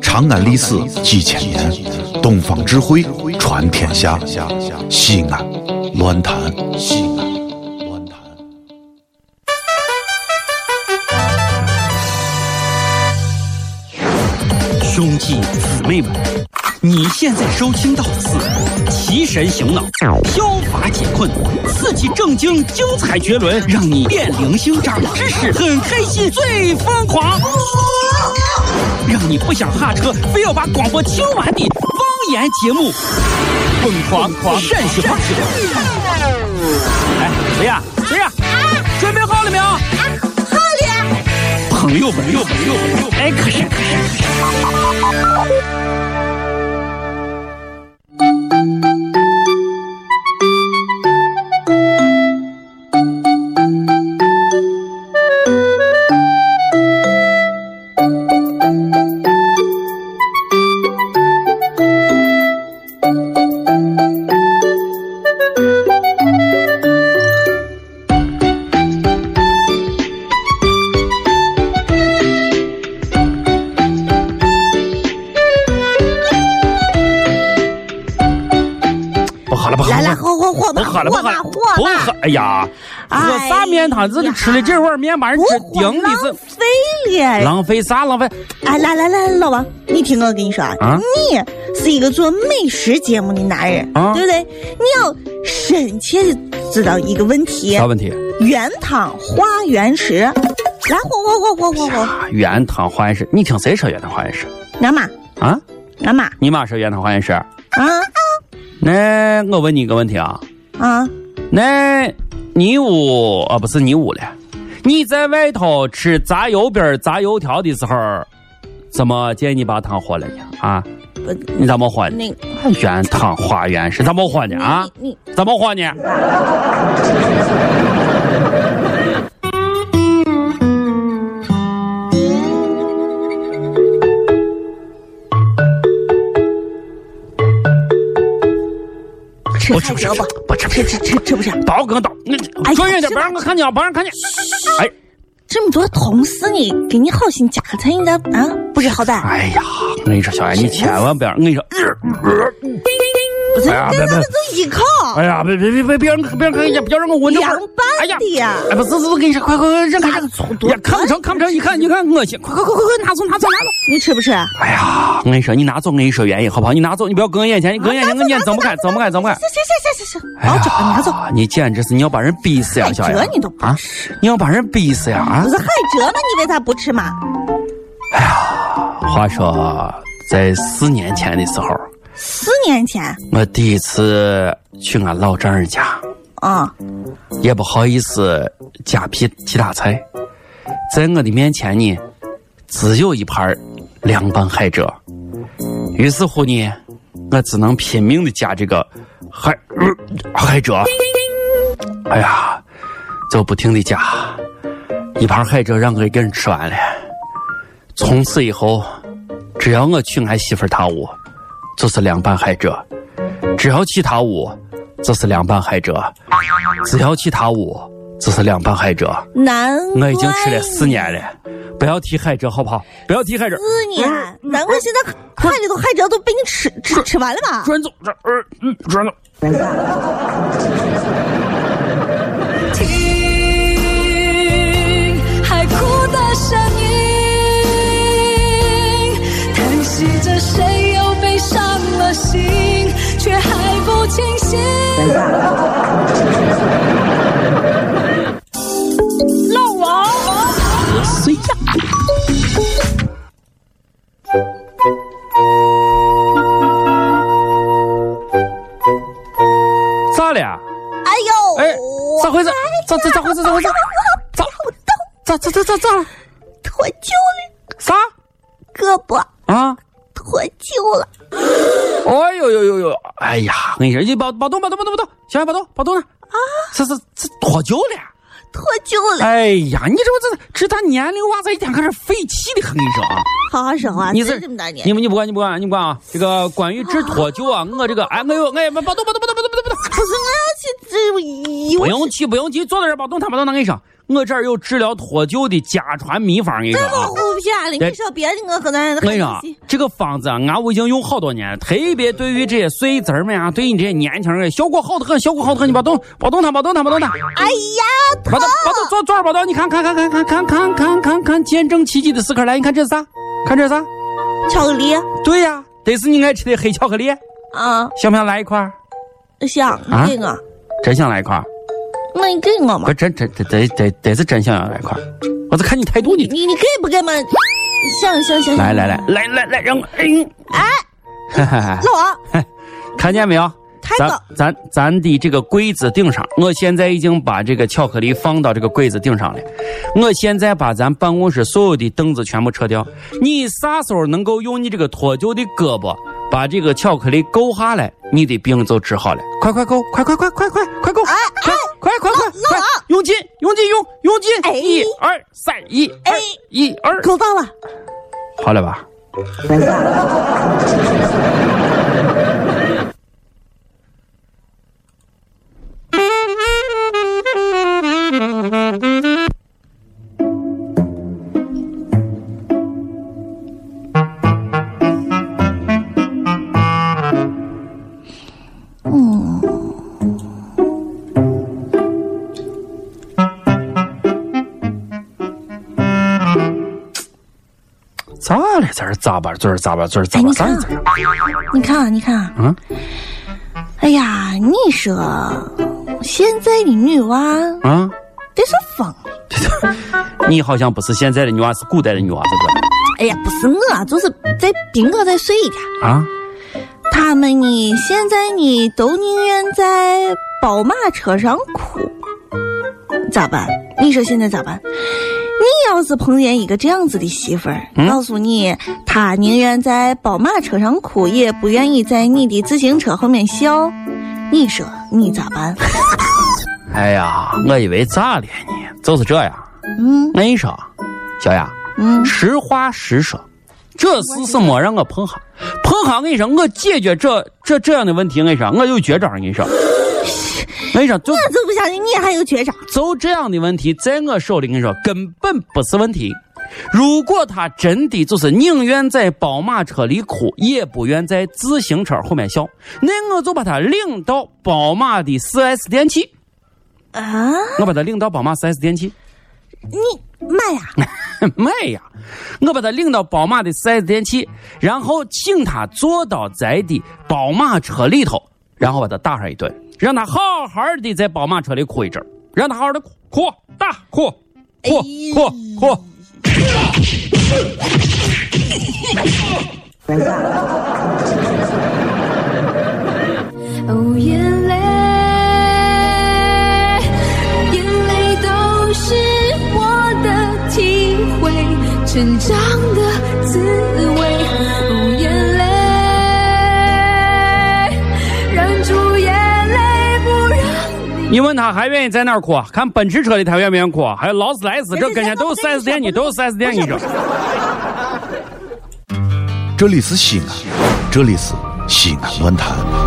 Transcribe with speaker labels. Speaker 1: 长安历史几千年，东方智慧传天下。西安，乱谈西安，乱谈。
Speaker 2: 兄弟姊妹们，你现在收听到的是提神醒脑、消乏解困、刺激正经、精彩绝伦，让你变零星长知识，很开心，最疯狂，让你不想下车，非要把广播听完的方言节目，疯狂狂陕西话。哎，谁呀？谁呀？准备好了没有？
Speaker 3: 好了，
Speaker 2: 朋友们，朋友们，朋友们，朋友们哎，可是可是。不喝了，不喝
Speaker 3: 来来，
Speaker 2: 了，
Speaker 3: 火火火
Speaker 2: 不
Speaker 3: 吧，
Speaker 2: 喝了，不
Speaker 3: 火
Speaker 2: 喝
Speaker 3: 吧，
Speaker 2: 了，
Speaker 3: 火
Speaker 2: 不喝
Speaker 3: 吧，！
Speaker 2: 哎呀，喝啥面汤子？你吃了这碗面，把人
Speaker 3: 不
Speaker 2: 吃
Speaker 3: 火
Speaker 2: 顶的
Speaker 3: 浪
Speaker 2: 是
Speaker 3: 费了。
Speaker 2: 浪费啥？浪费
Speaker 3: 哎，来来来，老王，你听我跟你说啊，
Speaker 2: 啊
Speaker 3: 你是一个做美食节目的男人，
Speaker 2: 啊
Speaker 3: 对不对？你要深切的知道一个问题
Speaker 2: 啥：问题？
Speaker 3: 原汤化原食。来，火火火火火火！
Speaker 2: 啊原汤化原食，你听谁说原汤化原食？
Speaker 3: 俺妈，
Speaker 2: 啊，
Speaker 3: 俺妈，
Speaker 2: 你妈说原汤化原食？
Speaker 3: 啊
Speaker 2: 那我问你一个问题啊，
Speaker 3: 啊，
Speaker 2: 那你屋啊不是你屋了？你在外头吃炸油饼儿、炸油条的时候，怎么见你把汤喝了呢？啊，
Speaker 3: 不
Speaker 2: 你咋没喝呢？
Speaker 3: 那
Speaker 2: 哎原汤化原食咋没喝呢？啊？
Speaker 3: 你你
Speaker 2: 怎么喝呢？不
Speaker 3: 吃海
Speaker 2: 吃不吃
Speaker 3: 蜇不？
Speaker 2: 不吃不
Speaker 3: 吃
Speaker 2: 吃，
Speaker 3: 吃吃吃不吃？
Speaker 2: 刀跟刀，那
Speaker 3: 哎
Speaker 2: 专业点，
Speaker 3: 是
Speaker 2: 不
Speaker 3: 吧
Speaker 2: 让我看见啊，不让看见。哎
Speaker 3: 这么多同事呢，给你好心加个餐，你咋啊不知好歹？
Speaker 2: 哎呀，我跟你说，小艾，你千万不要，我跟你说，
Speaker 3: 不是，
Speaker 2: 哎呀
Speaker 3: 那
Speaker 2: 别
Speaker 3: 那
Speaker 2: 别
Speaker 3: 都一口。
Speaker 2: 哎呀，别别别别别让别让看见，不要让我闻着味
Speaker 3: 凉
Speaker 2: 儿。哎呀
Speaker 3: 拌的，呀，
Speaker 2: 哎不是是，我跟你说，快快快，让开让开，
Speaker 3: 多
Speaker 2: 呀看不成看不成，你看你看恶心，快快快快快拿走拿走拿走。
Speaker 3: 你吃不啊吃？
Speaker 2: 哎呀，我跟你说，你拿走，我跟你说原因好不好？你拿走，你不要搁我眼哎前，你搁我眼
Speaker 3: 啊
Speaker 2: 前，我眼睁不开，睁不开，睁不开。
Speaker 3: 行行行行行，
Speaker 2: 哎
Speaker 3: 好找拿走。
Speaker 2: 呀，你简直是你要把人逼死呀，
Speaker 3: 海
Speaker 2: 小艾
Speaker 3: 蜇你都不
Speaker 2: 啊！
Speaker 3: 吃，
Speaker 2: 你要把人逼死呀啊
Speaker 3: 不！是海蜇吗？你为啥不吃嘛？
Speaker 2: 话说，在四年前的时候，
Speaker 3: 四年前
Speaker 2: 我第一次去俺老丈人家，
Speaker 3: 啊，
Speaker 2: 也不好意思夹皮其他菜，在我的面前呢，只有一盘儿凉拌海蜇。于是乎呢，我只能拼命的夹这个海、呃海蜇。哎呀，就不停的夹，一盘海蜇让我一个人吃完了。从此以后，只要我去俺媳妇儿她屋，就是凉拌海蜇；只要去她屋，就是凉拌海蜇。只要去他屋，这是凉拌海蜇，
Speaker 3: 难怪
Speaker 2: 我已经吃了四年了。不要提海蜇好不好？不要提海蜇。
Speaker 3: 四
Speaker 2: 嗯
Speaker 3: 年，难
Speaker 2: 哎
Speaker 3: 怪现在看里头海蜇都被你吃吃吃完了吧？
Speaker 2: 转走这呃嗯转走。
Speaker 4: 听海哭的声音，叹息着谁又被伤了心，却还不清醒。老王，
Speaker 2: 谁呀？咋了？
Speaker 3: 哎呦，
Speaker 2: 哎，咋回事？咋咋咋回事？咋回事？咋咋咋咋咋咋？
Speaker 3: 脱臼了，
Speaker 2: 啥？
Speaker 3: 胳膊
Speaker 2: 啊？
Speaker 3: 脱臼了，
Speaker 2: 哎呦呦呦呦！哎呀，我跟你说，你别别动，别动，别动，别动，小孩别动，别动了。啊，这这这脱臼了。
Speaker 3: 脱臼了。
Speaker 2: 哎呀，你这不这这他年龄娃子一天开始废气的很，跟你说啊，
Speaker 3: 好好说话，
Speaker 2: 你
Speaker 3: 这
Speaker 2: 这
Speaker 3: 这么大年
Speaker 2: 你，们你不管你不管你不管啊，这个关于治脱臼啊，我这个哎我有哎不不动不动不动不动不动，
Speaker 3: 啊不是我要去这一
Speaker 2: 不用急不用急，坐在这儿别动弹别动弹，我跟你说，我这儿有治疗脱臼的家传秘方，给你说
Speaker 3: 这么
Speaker 2: 啊
Speaker 3: 虎骗了，你说别的我可能
Speaker 2: 我跟你说啊，这个方子啊，俺我已经用好多年了，特别对于这些碎子儿们啊，对你这些年轻人，效果好的很，效果好的很，你别动，别动它，别动它，别动它，
Speaker 3: 哎呀，
Speaker 2: 别动，别动，坐坐着别动，你看看看看看看看看看看，见证奇迹的时刻来，你看这是啥？看这是啥？
Speaker 3: 巧克力
Speaker 2: 对呀、这是你爱吃的黑巧克力，
Speaker 3: 啊，
Speaker 2: 想不想来一块儿？
Speaker 3: 想
Speaker 2: 啊
Speaker 3: 你给我，
Speaker 2: 真想来一块儿，
Speaker 3: 那你给我嘛
Speaker 2: 不，真真得得得得是真想要来一块儿，我在看你态度呢。
Speaker 3: 你你给不给嘛？行行行，
Speaker 2: 来来来，来来来，让我，哎，
Speaker 3: 老王，
Speaker 2: 看见没有？
Speaker 3: 太
Speaker 2: 咱
Speaker 3: 棒
Speaker 2: 咱咱的这个柜子顶上，我现在已经把这个巧克力放到这个柜子顶上了。我现在把咱办公室所有的凳子全部撤掉。你啥时候能够用你这个脱臼的胳膊把这个巧克力勾下来，你的病就治好了。快快勾，快快快快快快勾，快
Speaker 3: 啊
Speaker 2: 快快快快，用劲用劲用用
Speaker 3: 哎
Speaker 2: 劲！一二三，一二
Speaker 3: 哎
Speaker 2: 一二，
Speaker 3: 够棒了，
Speaker 2: 好了吧？咋了？在这咂巴嘴儿咂巴嘴儿咂巴
Speaker 3: 哎
Speaker 2: 啥嘴儿？
Speaker 3: 你看你看啊你看，
Speaker 2: 嗯，
Speaker 3: 哎呀，你说现在的女娃
Speaker 2: 啊？
Speaker 3: 得是疯了。
Speaker 2: 你好像不是现在的女娃，是古代的女娃，是不是？
Speaker 3: 哎呀，不是我，就是再比我再碎一点。
Speaker 2: 啊，
Speaker 3: 他们呢，现在呢都宁愿在宝马车上哭，咋办？你说现在咋办？你要是碰见一个这样子的媳妇儿，告诉你，她宁愿在宝马车上哭，也不愿意在你的自行车后面笑，你说你咋办？
Speaker 2: 哎呀，我以为咋了呢？就是这样。
Speaker 3: 嗯
Speaker 2: 我跟你说，小雅，
Speaker 3: 嗯，
Speaker 2: 实话实说，这事是没让我碰上，碰上我跟你说，我解决这这这样的问题，我跟你说，我有绝招，我跟你说，我跟你说，就
Speaker 3: 我就不相信你还有绝招。
Speaker 2: 就这样的问题，在我手里，跟你说根本不是问题。如果他真的就是宁愿在宝马车里哭，也不愿在自行车后面笑，那我就把他领到宝马的 4S 店去。
Speaker 3: 啊，
Speaker 2: 我把他领到宝马 4S 店去，
Speaker 3: 你妈呀！
Speaker 2: 卖呀！我把他领到宝马的 4S 店去，然后请他坐到咱的宝马车里头，然后把他打上一顿，让他好好的在宝马车里哭一阵儿，让他好好的哭哭打哭哭哭哭。
Speaker 4: 哦，眼泪，眼泪都是我的体会，成长的滋味。哦，眼泪，忍住眼泪，不让你。
Speaker 2: 你问他还愿意在哪儿哭？看奔驰车里他愿不愿意哭？还有劳斯莱斯，这跟前都是 4S 店，你都是 4S 店，你这。
Speaker 1: 这里是西安，这里是西安论坛。